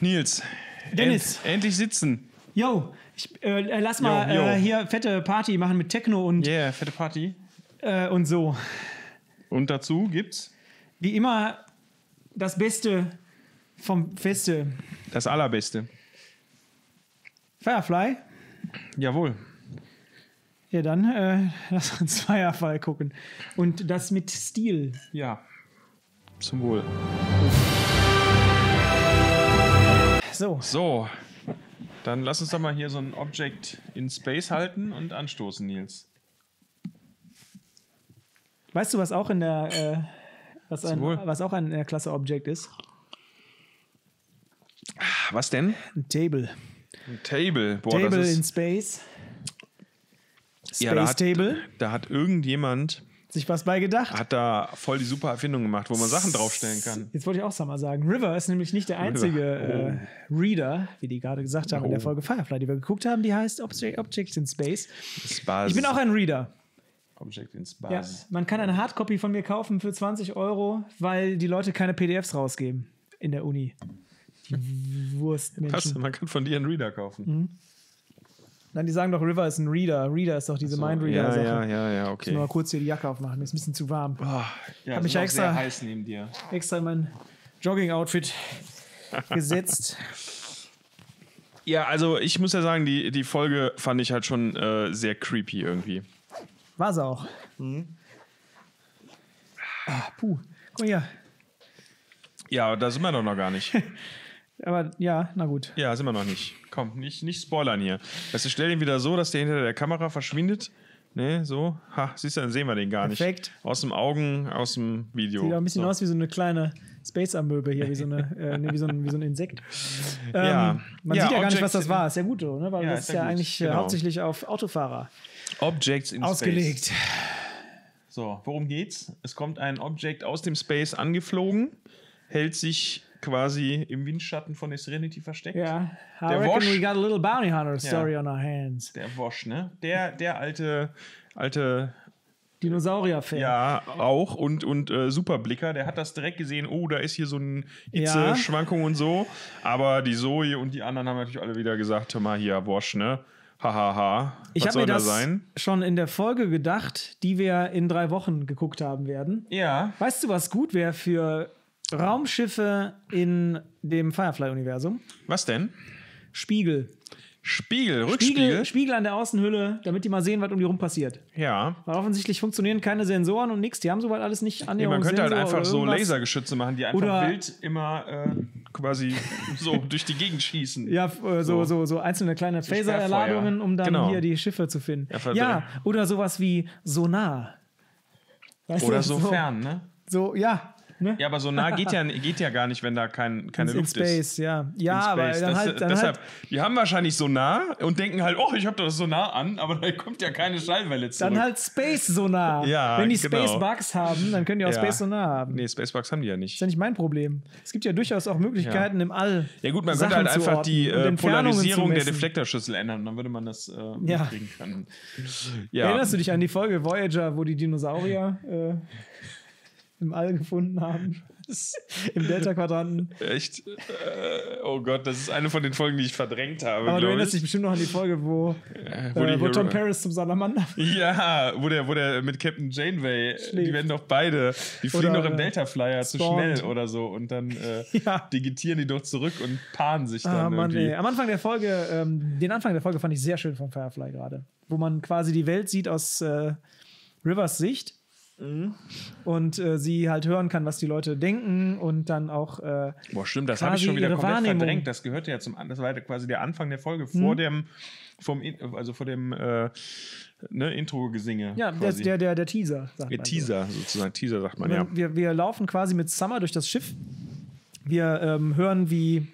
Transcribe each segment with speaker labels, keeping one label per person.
Speaker 1: Nils.
Speaker 2: Äh, Dennis.
Speaker 1: End, endlich sitzen.
Speaker 2: Yo, ich, äh, lass mal
Speaker 1: Yo, yo.
Speaker 2: Äh, hier fette Party machen mit Techno und,
Speaker 1: Yeah, fette Party.
Speaker 2: äh, und so.
Speaker 1: Und dazu gibt's
Speaker 2: Wie immer das Beste vom Feste.
Speaker 1: das Allerbeste.
Speaker 2: Firefly?
Speaker 1: Jawohl.
Speaker 2: Ja, dann äh, lass uns Firefly gucken. Und das mit Stil.
Speaker 1: Ja. Zum Wohl.
Speaker 2: So,
Speaker 1: So. Dann lass uns doch mal hier so ein Object in Space halten und anstoßen, Nils.
Speaker 2: weißt du, was auch in der, äh, was, ein,
Speaker 1: Wohl.
Speaker 2: was auch an der Klasse Object ist?
Speaker 1: Was denn?
Speaker 2: Ein Table.
Speaker 1: Ein Table. Boah,
Speaker 2: Table
Speaker 1: das
Speaker 2: in
Speaker 1: ist.
Speaker 2: Space. Space
Speaker 1: Ja, da hat-
Speaker 2: Table.
Speaker 1: Da hat irgendjemand
Speaker 2: Sich was bei gedacht.
Speaker 1: hat da voll die super Erfindung gemacht, wo man Sachen draufstellen kann.
Speaker 2: Jetzt wollte ich auch mal sagen, River ist nämlich nicht der einzige äh, Reader, wie die gerade gesagt haben in der
Speaker 1: Oh.
Speaker 2: Folge Firefly, die wir geguckt haben, die heißt Object, Objects in Space.
Speaker 1: Spaß.
Speaker 2: Ich bin auch ein Reader.
Speaker 1: Object in
Speaker 2: Ja,
Speaker 1: Space.
Speaker 2: man kann eine Hardcopy von mir kaufen für 20 Euro, weil die Leute keine PDFs rausgeben in der Uni. Die
Speaker 1: Was?
Speaker 2: Wurstmenschen.
Speaker 1: Man kann von dir einen Reader
Speaker 2: Mhm.
Speaker 1: kaufen.
Speaker 2: Nein, die sagen doch, River ist ein Reader. Reader ist doch diese
Speaker 1: ja,
Speaker 2: Mindreader-Sache.
Speaker 1: ja, ja, ja,
Speaker 2: Ich muss mal
Speaker 1: okay.
Speaker 2: kurz hier die Jacke aufmachen, mir ist ein bisschen zu warm.
Speaker 1: Ah, ja,
Speaker 2: Hab
Speaker 1: ist
Speaker 2: mich ja
Speaker 1: noch
Speaker 2: extra-
Speaker 1: sehr heiß neben dir.
Speaker 2: Extra in mein Jogging-Outfit gesetzt.
Speaker 1: Ja, also ich muss ja sagen, die, die Folge fand ich halt schon äh, sehr creepy irgendwie.
Speaker 2: War sie auch.
Speaker 1: Mhm.
Speaker 2: Ah, puh. Guck mal hier.
Speaker 1: Ja, da sind wir doch noch gar nicht.
Speaker 2: Aber ja, na gut.
Speaker 1: Ja, sind wir noch nicht. Komm, nicht, nicht spoilern hier. Weißt du, stell den wieder so, dass der hinter der Kamera verschwindet. Ne, so. Ha, siehst du, dann sehen wir den gar nicht.
Speaker 2: Perfekt.
Speaker 1: Aus dem Augen, aus dem Video.
Speaker 2: Sieht auch ein bisschen
Speaker 1: so.
Speaker 2: aus wie so eine kleine Space-Amöbe hier, wie so, eine, äh, nee, wie, so ein, wie so ein Insekt. Ähm,
Speaker 1: Ja.
Speaker 2: Man
Speaker 1: Ja,
Speaker 2: sieht ja gar nicht,
Speaker 1: Objects
Speaker 2: was das
Speaker 1: in-
Speaker 2: war. Ist ja gut, so, ne? weil
Speaker 1: Ja,
Speaker 2: das
Speaker 1: ist ja
Speaker 2: ist ja,
Speaker 1: gut,
Speaker 2: eigentlich äh,
Speaker 1: genau.
Speaker 2: hauptsächlich auf Autofahrer
Speaker 1: Objects in
Speaker 2: ausgelegt.
Speaker 1: Space. So, worum geht's? Es kommt ein Object aus dem Space angeflogen, hält sich quasi im Windschatten von der Serenity versteckt.
Speaker 2: Ja. I
Speaker 1: Der
Speaker 2: reckon
Speaker 1: Wosch.
Speaker 2: we got a little bounty hunter story on our hands.
Speaker 1: Der Wosch, ne? Der, der alte, alte
Speaker 2: Dinosaurier-Fan.
Speaker 1: Ja, auch und, und äh, Superblicker, der hat das direkt gesehen, oh, da ist hier so ein
Speaker 2: Ja.
Speaker 1: Itze-Schwankung und so. Aber die Zoe und die anderen haben natürlich alle wieder gesagt, hör mal hier, Wosch, ne? Hahaha. Ha, ha.
Speaker 2: Ich
Speaker 1: Was
Speaker 2: habe mir
Speaker 1: soll
Speaker 2: das
Speaker 1: da sein?
Speaker 2: schon in der Folge gedacht, die wir in drei Wochen geguckt haben werden.
Speaker 1: Ja.
Speaker 2: Weißt du, was gut wäre für Raumschiffe in dem Firefly-Universum?
Speaker 1: Was denn?
Speaker 2: Spiegel.
Speaker 1: Spiegel, Rückspiegel.
Speaker 2: Spiegel, Spiegel an der Außenhülle, damit die mal sehen, was um die rum passiert.
Speaker 1: Ja.
Speaker 2: Weil offensichtlich funktionieren keine Sensoren und nichts. Die haben soweit alles nicht
Speaker 1: Nee, man könnte
Speaker 2: Annäherungssensor
Speaker 1: halt einfach
Speaker 2: oder
Speaker 1: so
Speaker 2: irgendwas.
Speaker 1: Lasergeschütze machen, die einfach
Speaker 2: Oder-
Speaker 1: wild immer äh, quasi so durch die Gegend schießen.
Speaker 2: Ja, f- äh, so, so, so einzelne kleine Phaser-Erladungen, um dann
Speaker 1: Genau.
Speaker 2: hier die Schiffe zu finden.
Speaker 1: Ja,
Speaker 2: Ja,
Speaker 1: verdrängen.
Speaker 2: oder sowas wie Sonar. Weißt
Speaker 1: Oder
Speaker 2: du,
Speaker 1: so, fern, ne?
Speaker 2: So, ja. Ne?
Speaker 1: Ja, aber so nah geht ja, geht ja gar nicht, wenn da kein, keine
Speaker 2: in
Speaker 1: Luft ist.
Speaker 2: Space, ja. Ja,
Speaker 1: in
Speaker 2: aber
Speaker 1: Space.
Speaker 2: dann
Speaker 1: Das-
Speaker 2: halt, dann
Speaker 1: deshalb,
Speaker 2: halt
Speaker 1: die haben wahrscheinlich Sonar und denken halt, oh, ich habe das Sonar an, aber da kommt ja keine Schallwelle zurück.
Speaker 2: dann halt Space Sonar.
Speaker 1: Ja,
Speaker 2: Wenn die
Speaker 1: genau.
Speaker 2: Space Bugs haben, dann können die auch
Speaker 1: Ja.
Speaker 2: Space Sonar haben.
Speaker 1: Nee, Spacebugs haben die ja nicht.
Speaker 2: ist ja nicht mein Problem. Es gibt ja durchaus auch Möglichkeiten im All.
Speaker 1: Ja gut, man
Speaker 2: Sachen
Speaker 1: könnte halt
Speaker 2: zu
Speaker 1: einfach
Speaker 2: orten
Speaker 1: die
Speaker 2: und
Speaker 1: äh,
Speaker 2: Entfernungen zu
Speaker 1: Polarisierung der
Speaker 2: messen.
Speaker 1: Deflektorschüssel ändern, dann würde man das äh,
Speaker 2: Ja.
Speaker 1: mitkriegen können. Ja,
Speaker 2: Erinnerst du dich an die Folge Voyager, wo die Dinosaurier äh, im All gefunden haben? Im Delta-Quadranten.
Speaker 1: echt. Äh, oh Gott, das ist eine von den Folgen, die ich verdrängt habe,
Speaker 2: Aber du
Speaker 1: glaube ich.
Speaker 2: erinnerst dich bestimmt noch an die Folge, wo, äh,
Speaker 1: wo
Speaker 2: wo,
Speaker 1: die Hero-
Speaker 2: Tom Paris zum Salamander
Speaker 1: Ja, wo der, wo der mit Captain Janeway, äh, die werden doch beide, die fliegen
Speaker 2: Oder,
Speaker 1: doch im
Speaker 2: äh,
Speaker 1: Delta Flyer zu
Speaker 2: spawned.
Speaker 1: schnell oder so und dann äh,
Speaker 2: Ja.
Speaker 1: digitieren die doch zurück und paaren sich dann
Speaker 2: Ah, Mann,
Speaker 1: irgendwie.
Speaker 2: ey. Am Anfang der Folge, ähm, den Anfang der Folge fand ich sehr schön von Firefly gerade. Wo man quasi die Welt sieht aus äh, Rivers Sicht.
Speaker 1: Mhm.
Speaker 2: Und äh, sie halt hören kann, was die Leute denken und dann auch äh,
Speaker 1: Boah, stimmt, das habe ich
Speaker 2: quasi
Speaker 1: schon wieder
Speaker 2: ihre
Speaker 1: komplett
Speaker 2: Wahrnehmung. Hm?
Speaker 1: verdrängt. Das gehörte ja zum, an- das war ja quasi der Anfang der Folge vor dem, vom, In- also vor dem äh, ne, Intro-Gesinge.
Speaker 2: ja, der,
Speaker 1: quasi.
Speaker 2: der, Also. der, der Teaser. Sagt
Speaker 1: Der
Speaker 2: man so.
Speaker 1: Teaser sozusagen, Teaser sagt man
Speaker 2: Wir,
Speaker 1: ja.
Speaker 2: wir, wir laufen quasi mit Summer durch das Schiff. Wir ähm, hören, wie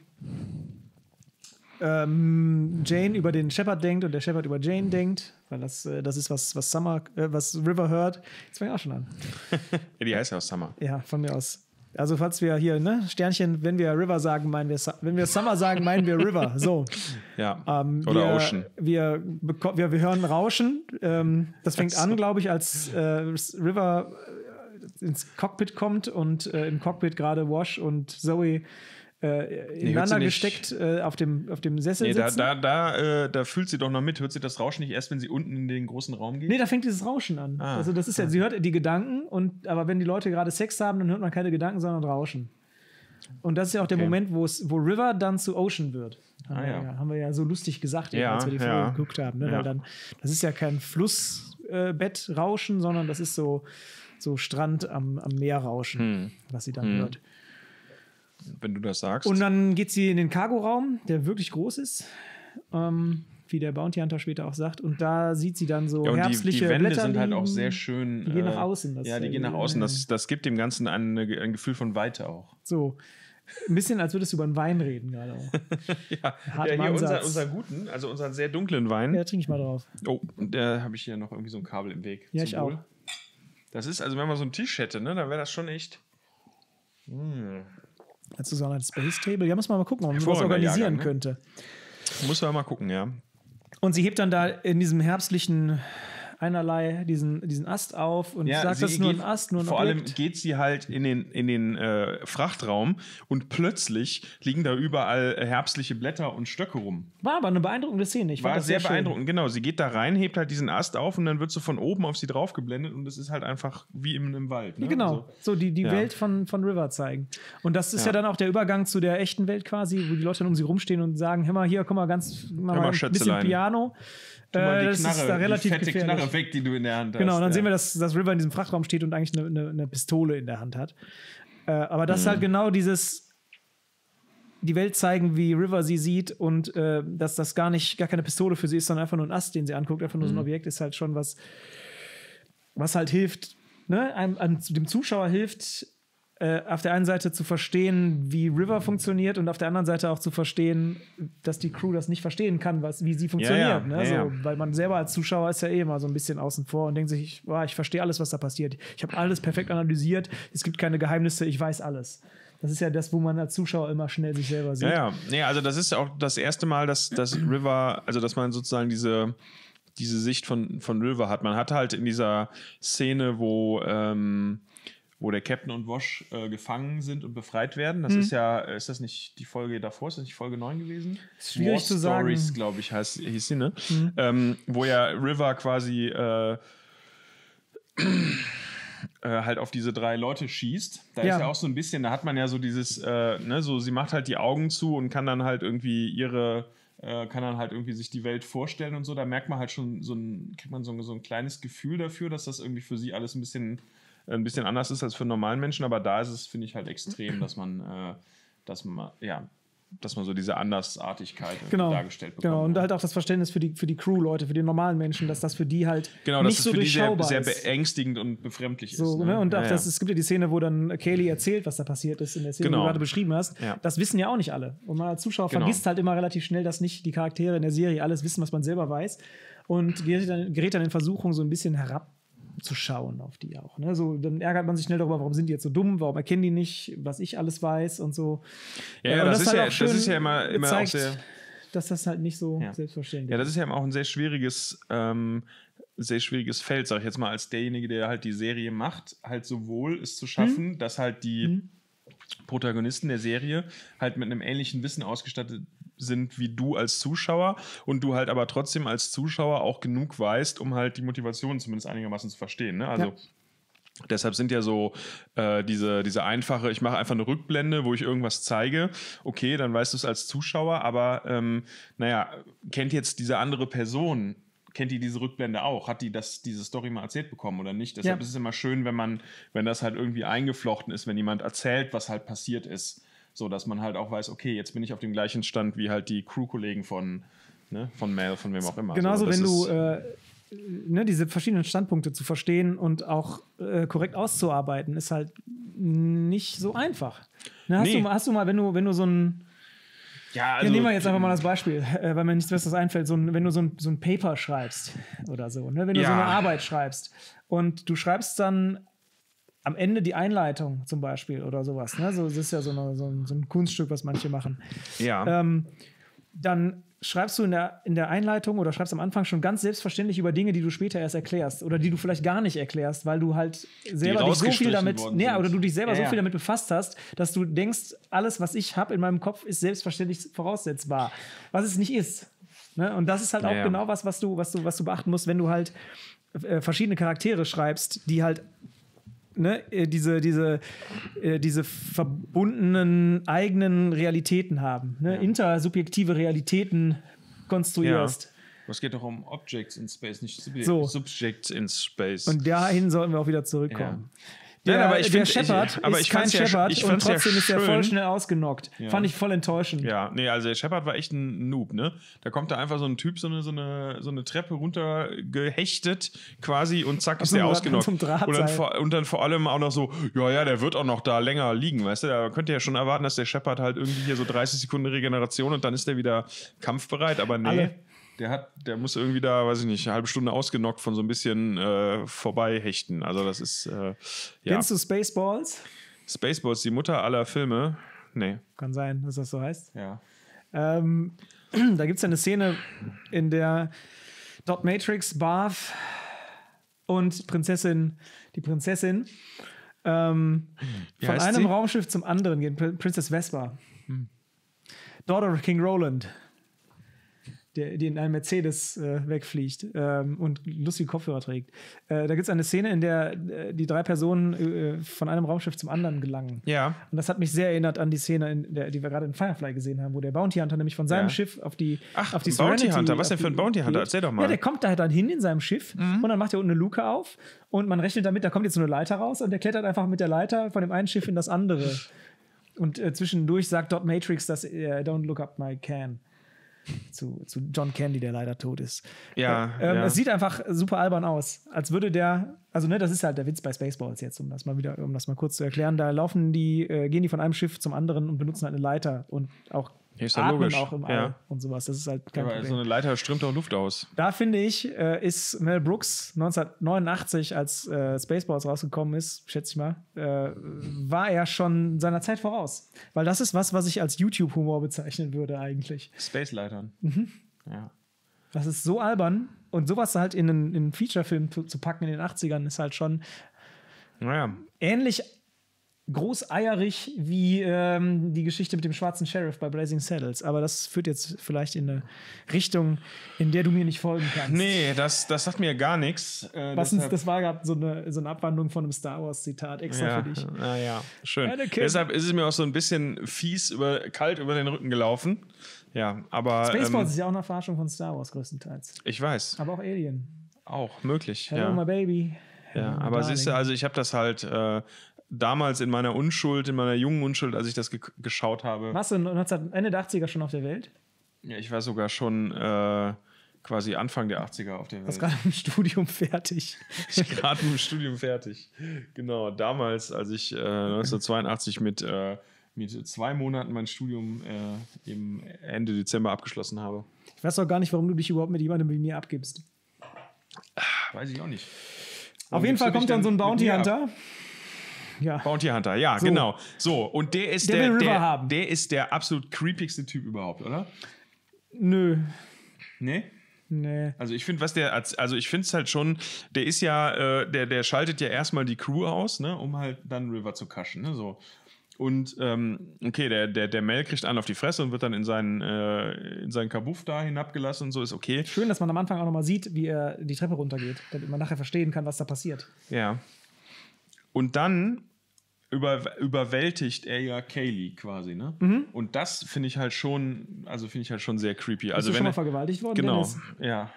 Speaker 2: ähm, Jane über den Shepard denkt und der Shepard über Jane denkt. Weil das, äh, das ist, was, was Summer, äh, was River hört. Jetzt fange ich auch schon an.
Speaker 1: ja. Die heißt ja auch Summer.
Speaker 2: Ja, von mir aus. Also, falls wir hier, ne, Sternchen, wenn wir River sagen, meinen wir, Su- wenn wir Summer sagen, meinen wir River. So.
Speaker 1: Ja.
Speaker 2: Ähm,
Speaker 1: Oder
Speaker 2: wir,
Speaker 1: Ocean.
Speaker 2: Wir, beko- wir, wir hören Rauschen. Ähm, das fängt an, glaube ich, als äh, River äh, ins Cockpit kommt und äh, im Cockpit gerade Wash und Zoe äh, ineinander
Speaker 1: sie nicht.
Speaker 2: gesteckt äh, auf, dem, auf dem Sessel
Speaker 1: Nee, da,
Speaker 2: sitzen.
Speaker 1: da, da, äh, da fühlt sie doch noch mit. Hört sie das Rauschen nicht erst, wenn sie unten in den großen Raum geht?
Speaker 2: Nee, da fängt dieses Rauschen an.
Speaker 1: Ah.
Speaker 2: Also das ist ja, sie hört die Gedanken und aber wenn die Leute gerade Sex haben, dann hört man keine Gedanken, sondern Rauschen. Und das ist ja auch der
Speaker 1: Okay.
Speaker 2: Moment, wo es, wo River dann zu Ocean wird. Haben,
Speaker 1: Ah,
Speaker 2: wir,
Speaker 1: ja.
Speaker 2: ja. haben wir ja so lustig gesagt, eben,
Speaker 1: Ja,
Speaker 2: als wir die Folge
Speaker 1: ja.
Speaker 2: geguckt haben. Ne?
Speaker 1: Ja.
Speaker 2: Weil dann, das ist ja kein Flussbettrauschen, äh, Bettrauschen, sondern das ist so, so Strand am, am Meerrauschen,
Speaker 1: Hm.
Speaker 2: was sie dann hört.
Speaker 1: Wenn du das sagst.
Speaker 2: Und dann geht sie in den Cargoraum, der wirklich groß ist, ähm, wie der Bounty Hunter später auch sagt. Und da sieht sie dann so
Speaker 1: ja, und die,
Speaker 2: herbstliche
Speaker 1: die Wände
Speaker 2: Blätter
Speaker 1: sind halt auch
Speaker 2: liegen.
Speaker 1: sehr schön.
Speaker 2: die gehen nach
Speaker 1: äh,
Speaker 2: außen, das
Speaker 1: ja,
Speaker 2: ist
Speaker 1: die
Speaker 2: ja
Speaker 1: gehen nach
Speaker 2: die-
Speaker 1: außen. Das, das gibt dem Ganzen ein, ein Gefühl von Weite auch.
Speaker 2: So. Ein bisschen, als würdest du über einen Wein reden gerade auch.
Speaker 1: Ja,
Speaker 2: Harter
Speaker 1: ja hier unser,
Speaker 2: Ansatz.
Speaker 1: unseren guten, also unseren sehr dunklen Wein.
Speaker 2: Ja, trinke ich mal drauf.
Speaker 1: Oh, da habe ich hier noch irgendwie so ein Kabel im Weg.
Speaker 2: Ja,
Speaker 1: Zum
Speaker 2: ich auch.
Speaker 1: Wohl. Das ist, also wenn man so einen Tisch hätte, ne, dann wäre das schon echt.
Speaker 2: Dazu so eine Space Table. Ja, muss man mal gucken, ob man was
Speaker 1: Hervorragender
Speaker 2: organisieren
Speaker 1: Jahrgang, ne?
Speaker 2: könnte.
Speaker 1: Muss man mal gucken, ja.
Speaker 2: Und sie hebt dann da in diesem herbstlichen einerlei diesen, diesen Ast auf und
Speaker 1: ja
Speaker 2: sagt,
Speaker 1: sie
Speaker 2: das ist nur ein
Speaker 1: geht-
Speaker 2: Ast, nur ein
Speaker 1: Vor allem
Speaker 2: Objekt.
Speaker 1: geht sie halt in den, in den äh, Frachtraum und plötzlich liegen da überall äh, herbstliche Blätter und Stöcke rum.
Speaker 2: War aber eine beeindruckende Szene. Ich
Speaker 1: War
Speaker 2: fand das
Speaker 1: sehr,
Speaker 2: schön.
Speaker 1: beeindruckend, genau. Sie geht da rein, hebt halt diesen Ast auf und dann wird so von oben auf sie drauf geblendet und es ist halt einfach wie im, im Wald. Ne?
Speaker 2: Ja, genau,
Speaker 1: Also,
Speaker 2: so die, die
Speaker 1: ja.
Speaker 2: Welt von, von River zeigen. Und das ist ja.
Speaker 1: Ja.
Speaker 2: dann auch der Übergang zu der echten Welt quasi, wo die Leute dann um sie rumstehen und sagen, hör mal hier, komm mal ganz mach
Speaker 1: mal,
Speaker 2: mal ein bisschen
Speaker 1: Schätzelein.
Speaker 2: Piano.
Speaker 1: guck mal,
Speaker 2: Äh,
Speaker 1: die
Speaker 2: das
Speaker 1: Knarre,
Speaker 2: ist da relativ
Speaker 1: die fette
Speaker 2: gefährlich.
Speaker 1: Knarre weg, die du in der Hand hast.
Speaker 2: Genau, und dann
Speaker 1: ja.
Speaker 2: sehen wir, dass, dass River in diesem Frachtraum steht und eigentlich eine, eine, eine Pistole in der Hand hat. Äh, aber
Speaker 1: Mhm.
Speaker 2: das ist halt genau dieses die Welt zeigen, wie River sie sieht und äh, dass das gar nicht, gar keine Pistole für sie ist, sondern einfach nur ein Ast, den sie anguckt, einfach nur
Speaker 1: Mhm.
Speaker 2: so ein Objekt ist halt schon was, was halt hilft, ne, einem, einem, dem Zuschauer hilft, äh, auf der einen Seite zu verstehen, wie River funktioniert und auf der anderen Seite auch zu verstehen, dass die Crew das nicht verstehen kann, was, wie sie funktioniert.
Speaker 1: ja,
Speaker 2: ne?
Speaker 1: ja,
Speaker 2: so,
Speaker 1: ja.
Speaker 2: Weil man selber als Zuschauer ist ja eh immer so ein bisschen außen vor und denkt sich, ich, boah, ich verstehe alles, was da passiert. Ich habe alles perfekt analysiert, es gibt keine Geheimnisse, ich weiß alles. Das ist ja das, wo man als Zuschauer immer schnell sich selber sieht.
Speaker 1: Ja, ja. Nee, also das ist auch das erste Mal, dass, dass River, also dass man sozusagen diese, diese Sicht von, von River hat. Man hat halt in dieser Szene, wo, ähm, wo der Captain und Wash äh, gefangen sind und befreit werden.
Speaker 2: Hm.
Speaker 1: Das ist ja, ist das nicht die Folge davor? Ist das nicht Folge 9 gewesen?
Speaker 2: Ist schwierig
Speaker 1: War
Speaker 2: zu sagen. Hm.
Speaker 1: Stories, glaube ich, heißt, hieß sie, ne? Ähm, wo ja River quasi äh, äh, halt auf diese drei Leute schießt. Da
Speaker 2: Ja.
Speaker 1: ist ja auch so ein bisschen, da hat man ja so dieses, äh, ne, so sie macht halt die Augen zu und kann dann halt irgendwie ihre, äh, kann dann halt irgendwie sich die Welt vorstellen und so. Da merkt man halt schon so ein, kriegt man so ein, so ein kleines Gefühl dafür, dass das irgendwie für sie alles ein bisschen, äh, ein bisschen anders ist als für einen normalen Menschen. Aber da ist es, finde ich, halt extrem, dass man, äh, dass man, ja, dass man so diese Andersartigkeit irgendwie
Speaker 2: genau.
Speaker 1: dargestellt bekommt.
Speaker 2: Genau, und halt auch das Verständnis für die, für die Crew-Leute, für die normalen Menschen, dass das für die halt
Speaker 1: Genau,
Speaker 2: nicht
Speaker 1: dass
Speaker 2: so
Speaker 1: es für die sehr,
Speaker 2: durchschaubar
Speaker 1: sehr
Speaker 2: ist.
Speaker 1: beängstigend und befremdlich ist.
Speaker 2: So,
Speaker 1: ne?
Speaker 2: ne? Und auch
Speaker 1: Ja,
Speaker 2: das,
Speaker 1: ja.
Speaker 2: es gibt ja die Szene, wo dann Kaylee erzählt, was da passiert ist, in der Szene, die
Speaker 1: Genau.
Speaker 2: du gerade beschrieben hast.
Speaker 1: Ja.
Speaker 2: Das wissen ja auch nicht alle. Und man als Zuschauer
Speaker 1: Genau.
Speaker 2: vergisst halt immer relativ schnell, dass nicht die Charaktere in der Serie alles wissen, was man selber weiß. Und gerät dann, gerät dann in Versuchung, so ein bisschen herabzuschauen auf die auch. Ne? So, dann ärgert man sich schnell darüber, warum sind die jetzt so dumm, warum erkennen die nicht, was ich alles weiß und so.
Speaker 1: Ja, ja,
Speaker 2: und halt
Speaker 1: das ist ja-
Speaker 2: auch
Speaker 1: das
Speaker 2: schön
Speaker 1: ist ja immer- immer auch
Speaker 2: gezeigt,
Speaker 1: sehr-
Speaker 2: dass das halt nicht so
Speaker 1: Ja.
Speaker 2: selbstverständlich
Speaker 1: Ja,
Speaker 2: ist.
Speaker 1: das ist ja auch ein sehr schwieriges, ähm, sehr schwieriges Feld, sag ich jetzt mal, als derjenige, der halt die Serie macht, halt sowohl es zu schaffen, dass halt die Protagonisten der Serie halt mit einem ähnlichen Wissen ausgestattet sind wie du als Zuschauer und du halt aber trotzdem als Zuschauer auch genug weißt, um halt die Motivation zumindest einigermaßen zu verstehen. Ne? Also
Speaker 2: Ja.
Speaker 1: Deshalb sind ja so äh, diese, diese einfache, ich mache einfach eine Rückblende, wo ich irgendwas zeige. Okay, dann weißt du es als Zuschauer, aber ähm, naja, kennt jetzt diese andere Person, kennt die diese Rückblende auch? Hat die das, diese Story mal erzählt bekommen oder nicht? Deshalb
Speaker 2: Ja.
Speaker 1: ist es immer schön, wenn man, wenn das halt irgendwie eingeflochten ist, wenn jemand erzählt, was halt passiert ist. So, dass man halt auch weiß, okay, jetzt bin ich auf dem gleichen Stand wie halt die Crew-Kollegen von, ne, von Mel, von wem auch immer.
Speaker 2: Genauso,
Speaker 1: so, das
Speaker 2: wenn du
Speaker 1: ist-
Speaker 2: äh, ne, diese verschiedenen Standpunkte zu verstehen und auch äh, korrekt auszuarbeiten, ist halt nicht so einfach. Ne, hast,
Speaker 1: Nee. Also
Speaker 2: du mal, hast du mal, wenn du, wenn du so ein.
Speaker 1: ja,
Speaker 2: Hier nehmen wir jetzt einfach mal das Beispiel, äh, weil mir nichts Besseres einfällt. So ein, wenn du so ein, so ein Paper schreibst oder so, ne? wenn du so
Speaker 1: Ja.
Speaker 2: eine Arbeit schreibst und du schreibst dann am Ende die Einleitung zum Beispiel oder sowas. Ne? So, das ist ja so, eine, so, ein, so ein Kunststück, was manche machen.
Speaker 1: ja.
Speaker 2: Ähm, dann schreibst du in der, in der Einleitung oder schreibst am Anfang schon ganz selbstverständlich über Dinge, die du später erst erklärst oder die du vielleicht gar nicht erklärst, weil du halt selber dich so viel
Speaker 1: rausgestrichen
Speaker 2: damit,
Speaker 1: worden
Speaker 2: nee,
Speaker 1: sind.
Speaker 2: oder du dich selber
Speaker 1: Ja,
Speaker 2: so
Speaker 1: ja.
Speaker 2: viel damit befasst hast, dass du denkst, alles, was ich habe in meinem Kopf, ist selbstverständlich voraussetzbar, was es nicht ist. Ne? Und das ist halt
Speaker 3: Ja,
Speaker 2: auch
Speaker 3: ja.
Speaker 2: genau was, was du, was du, was du beachten musst, wenn du halt äh, verschiedene Charaktere schreibst, die halt ne, äh, diese, diese, äh, diese verbundenen eigenen Realitäten haben, ne? intersubjektive Realitäten konstruierst.
Speaker 1: Es geht doch um Objects in Space, nicht Sub
Speaker 2: So.
Speaker 1: Subjects in Space.
Speaker 2: Und dahin sollten wir auch wieder zurückkommen. Der,
Speaker 3: Nein, aber ich
Speaker 2: der
Speaker 3: find-
Speaker 2: Shepard
Speaker 3: ich- aber
Speaker 2: ist
Speaker 3: ich
Speaker 2: kein
Speaker 3: fand's ja sch-
Speaker 2: Shepard
Speaker 3: ich
Speaker 2: und
Speaker 3: fand's ja
Speaker 2: trotzdem ist er
Speaker 3: schön.
Speaker 2: voll schnell ausgenockt.
Speaker 1: Ja.
Speaker 2: Fand ich voll enttäuschend.
Speaker 1: Ja, nee, also der Shepard war echt ein Noob, ne? Da kommt da einfach so ein Typ, so eine, so eine, so eine Treppe runter gehechtet quasi und zack ist
Speaker 2: so
Speaker 1: der
Speaker 2: einem Rad-
Speaker 1: ausgenockt.
Speaker 2: so einem
Speaker 1: Und
Speaker 2: Drahtseil.
Speaker 1: dann, vor, und dann vor allem auch noch so, ja, ja, der wird auch noch da länger liegen, weißt du? Da könnt ihr ja schon erwarten, dass der Shepard halt irgendwie hier so 30 Sekunden Regeneration und dann ist der wieder kampfbereit, aber nee.
Speaker 2: Alle.
Speaker 1: Der, hat, der muss irgendwie da, weiß ich nicht, eine halbe Stunde ausgenockt von so ein bisschen äh, vorbeihechten. Also das ist, äh, ja.
Speaker 2: Kennst du Spaceballs?
Speaker 1: Spaceballs, die Mutter aller Filme. Nee.
Speaker 2: Kann sein, dass das so heißt.
Speaker 1: Ja.
Speaker 2: Ähm, da gibt es ja eine Szene, in der Dot Matrix, Barf und Prinzessin, die Prinzessin, ähm, von
Speaker 1: heißt
Speaker 2: einem
Speaker 1: sie? Hm.
Speaker 2: Raumschiff zum anderen gehen. Prin- Princess Vespa. Daughter of King Roland. Der, die in einem Mercedes äh, wegfliegt ähm, und lustige Kopfhörer trägt. Äh, da gibt es eine Szene, in der äh, die drei Personen äh, von einem Raumschiff zum anderen gelangen.
Speaker 1: Ja.
Speaker 2: Und das hat mich sehr erinnert an die Szene, in der, die wir gerade in Firefly gesehen haben, wo der Bounty Hunter nämlich von
Speaker 1: Ja.
Speaker 2: seinem Schiff auf die
Speaker 1: Ach,
Speaker 2: auf die
Speaker 1: ein Bounty
Speaker 2: Serenity
Speaker 1: Hunter. Was
Speaker 2: auf
Speaker 1: denn für ein
Speaker 2: die
Speaker 1: Bounty Hunter?
Speaker 2: geht.
Speaker 1: Erzähl doch mal. Mhm.
Speaker 2: Ja, der kommt da halt dann hin in seinem Schiff und dann macht er unten eine Luke auf und man rechnet damit, da kommt jetzt so eine Leiter raus und der klettert einfach mit der Leiter von dem einen Schiff in das andere. Und äh, zwischendurch sagt Dot Matrix, dass er Don't Look Up My Can zu, zu John Candy, der leider tot ist.
Speaker 1: Ja,
Speaker 2: Ähm,
Speaker 1: ja.
Speaker 2: Es sieht einfach super albern aus. Als würde der, also ne, das ist halt der Witz bei Spaceballs jetzt, um das mal wieder, um das mal kurz zu erklären. Da laufen die, äh, gehen die von einem Schiff zum anderen und benutzen halt eine Leiter und auch
Speaker 1: Ja, ist ja
Speaker 2: atmen
Speaker 1: logisch.
Speaker 2: auch im All
Speaker 1: Ja.
Speaker 2: und sowas. Das ist halt kein
Speaker 1: Aber also
Speaker 2: Problem.
Speaker 1: so eine Leiter strömt auch Luft aus.
Speaker 2: Da finde ich, äh, ist Mel Brooks 1989, als äh, Spaceballs rausgekommen ist, schätze ich mal, äh, war er schon seiner Zeit voraus. Weil das ist was, was ich als YouTube-Humor bezeichnen würde eigentlich.
Speaker 1: Space-Leitern.
Speaker 2: Mhm.
Speaker 1: Ja.
Speaker 2: Das ist so albern. Und sowas halt in einen, in einen Feature-Film zu, zu packen in den 80ern ist halt schon
Speaker 1: Naja.
Speaker 2: ähnlich großeierig wie ähm, die Geschichte mit dem schwarzen Sheriff bei Blazing Saddles. Aber das führt jetzt vielleicht in eine Richtung, in der du mir nicht folgen kannst.
Speaker 1: Nee, das, das sagt mir gar nichts. Äh,
Speaker 2: Was uns,
Speaker 1: deshalb-
Speaker 2: das war gerade so eine, so eine Abwandlung von einem Star Wars-Zitat extra
Speaker 1: ja,
Speaker 2: für dich.
Speaker 1: ja, ja, schön.
Speaker 2: Anakin.
Speaker 1: Deshalb ist es mir auch so ein bisschen fies, über, kalt über den Rücken gelaufen. Ja, aber
Speaker 2: Spaceballs
Speaker 1: ähm,
Speaker 2: ist ja auch eine Verarschung von Star Wars größtenteils.
Speaker 1: ich weiß,
Speaker 2: Aber auch Alien.
Speaker 1: auch möglich.
Speaker 2: Hello, my
Speaker 1: Ja,
Speaker 2: baby. Hello,
Speaker 1: ja.
Speaker 2: my
Speaker 1: aber siehst du,
Speaker 2: darling.
Speaker 1: also ich habe das halt äh, damals in meiner Unschuld, in meiner jungen Unschuld, als ich das ge geschaut habe,
Speaker 2: Warst du 19, Ende der 80er schon auf der Welt?
Speaker 1: ja, ich war sogar schon äh, quasi Anfang der 80er auf der
Speaker 2: Warst
Speaker 1: Welt.
Speaker 2: gerade im Studium fertig.
Speaker 1: gerade im Studium fertig. Genau, damals, als ich äh, 1982 mit, äh, mit zwei Monaten mein Studium äh, im Ende Dezember abgeschlossen habe.
Speaker 2: Ich weiß auch gar nicht, warum du dich überhaupt mit jemandem wie mir abgibst.
Speaker 1: Weiß ich auch nicht.
Speaker 2: auf jeden
Speaker 1: gibst
Speaker 2: Fall
Speaker 1: du dich
Speaker 2: kommt dann
Speaker 1: denn
Speaker 2: so ein
Speaker 1: mit
Speaker 2: Bounty
Speaker 1: mir ab?
Speaker 2: Hunter. Ja.
Speaker 1: Bounty Hunter, ja, genau. So, und der ist
Speaker 2: Der
Speaker 1: der,
Speaker 2: will
Speaker 1: der,
Speaker 2: River
Speaker 1: der,
Speaker 2: haben.
Speaker 1: ist der absolut creepigste Typ überhaupt, oder?
Speaker 2: Nö.
Speaker 1: Nee?
Speaker 2: Nee.
Speaker 1: Also ich finde, was der, als- also ich finde es halt schon, der ist ja, äh, der, der schaltet ja erstmal die Crew aus, ne, um halt dann River zu kaschen, ne, so. Und ähm, okay, der, der, der Mel kriegt einen auf die Fresse und wird dann in seinen, äh, in seinen Kabuff da hinabgelassen und so, ist okay.
Speaker 2: Schön, dass man am Anfang auch nochmal sieht, wie er die Treppe runtergeht, damit man nachher verstehen kann, was da passiert.
Speaker 1: Ja. Und dann über, überwältigt er ja Kaylee quasi, ne?
Speaker 2: Mhm.
Speaker 1: Und das finde ich halt schon, also finde ich halt schon sehr creepy.
Speaker 2: Bist
Speaker 1: Also
Speaker 2: du
Speaker 1: wenn
Speaker 2: schon mal
Speaker 1: er-
Speaker 2: vergewaltigt worden?
Speaker 1: Genau,
Speaker 2: Dennis?
Speaker 1: ja.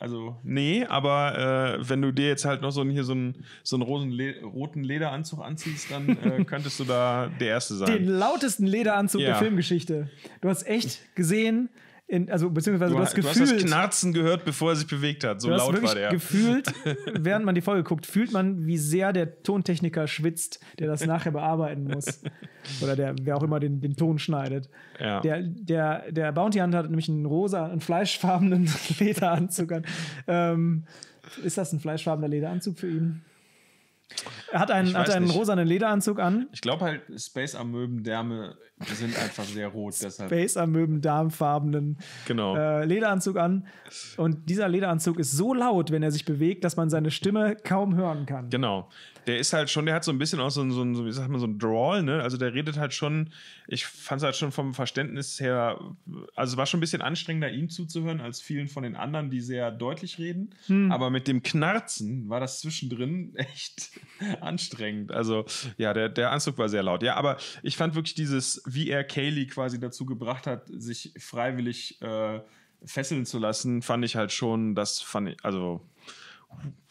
Speaker 1: Also, nee, aber äh, wenn du dir jetzt halt noch so einen, hier so einen, so einen roten, Le roten Lederanzug anziehst, dann äh, könntest du da der Erste sein.
Speaker 2: Den lautesten Lederanzug
Speaker 1: Ja.
Speaker 2: der Filmgeschichte. Du hast echt gesehen, in, also beziehungsweise du hast
Speaker 1: du
Speaker 2: gefühlt.
Speaker 1: hast das Knarzen gehört, bevor er sich bewegt hat. So
Speaker 2: Du hast
Speaker 1: laut war
Speaker 2: wirklich
Speaker 1: der.
Speaker 2: gefühlt, während man die Folge guckt, fühlt man, wie sehr der Tontechniker schwitzt, der das nachher bearbeiten muss. Oder der, wer auch immer den, den Ton schneidet.
Speaker 1: Ja.
Speaker 2: Der, der, der Bounty Hunter hat nämlich einen rosa, einen fleischfarbenen Lederanzug an. Ähm, ist das ein fleischfarbener Lederanzug für ihn? Er hat einen,
Speaker 1: Ich
Speaker 2: hat
Speaker 1: weiß
Speaker 2: einen
Speaker 1: nicht.
Speaker 2: rosanen Lederanzug an.
Speaker 1: Ich glaube halt, Space-Amöben-Därme sind einfach sehr rot. deshalb.
Speaker 2: Base amöben darmfarbenen
Speaker 1: Genau.
Speaker 2: äh, Lederanzug an. Und dieser Lederanzug ist so laut, wenn er sich bewegt, dass man seine Stimme kaum hören kann.
Speaker 1: Genau. Der ist halt schon, der hat so ein bisschen auch so ein, so ein so, wie sagt man, so ein Drawl, ne? Also der redet halt schon, ich fand es halt schon vom Verständnis her, also es war schon ein bisschen anstrengender, ihm zuzuhören, als vielen von den anderen, die sehr deutlich reden. Aber mit dem Knarzen war das zwischendrin echt anstrengend. Also ja, der, der Anzug war sehr laut. Ja, aber ich fand wirklich dieses, wie er Kaylee quasi dazu gebracht hat, sich freiwillig äh, fesseln zu lassen, fand ich halt schon, das fand ich, also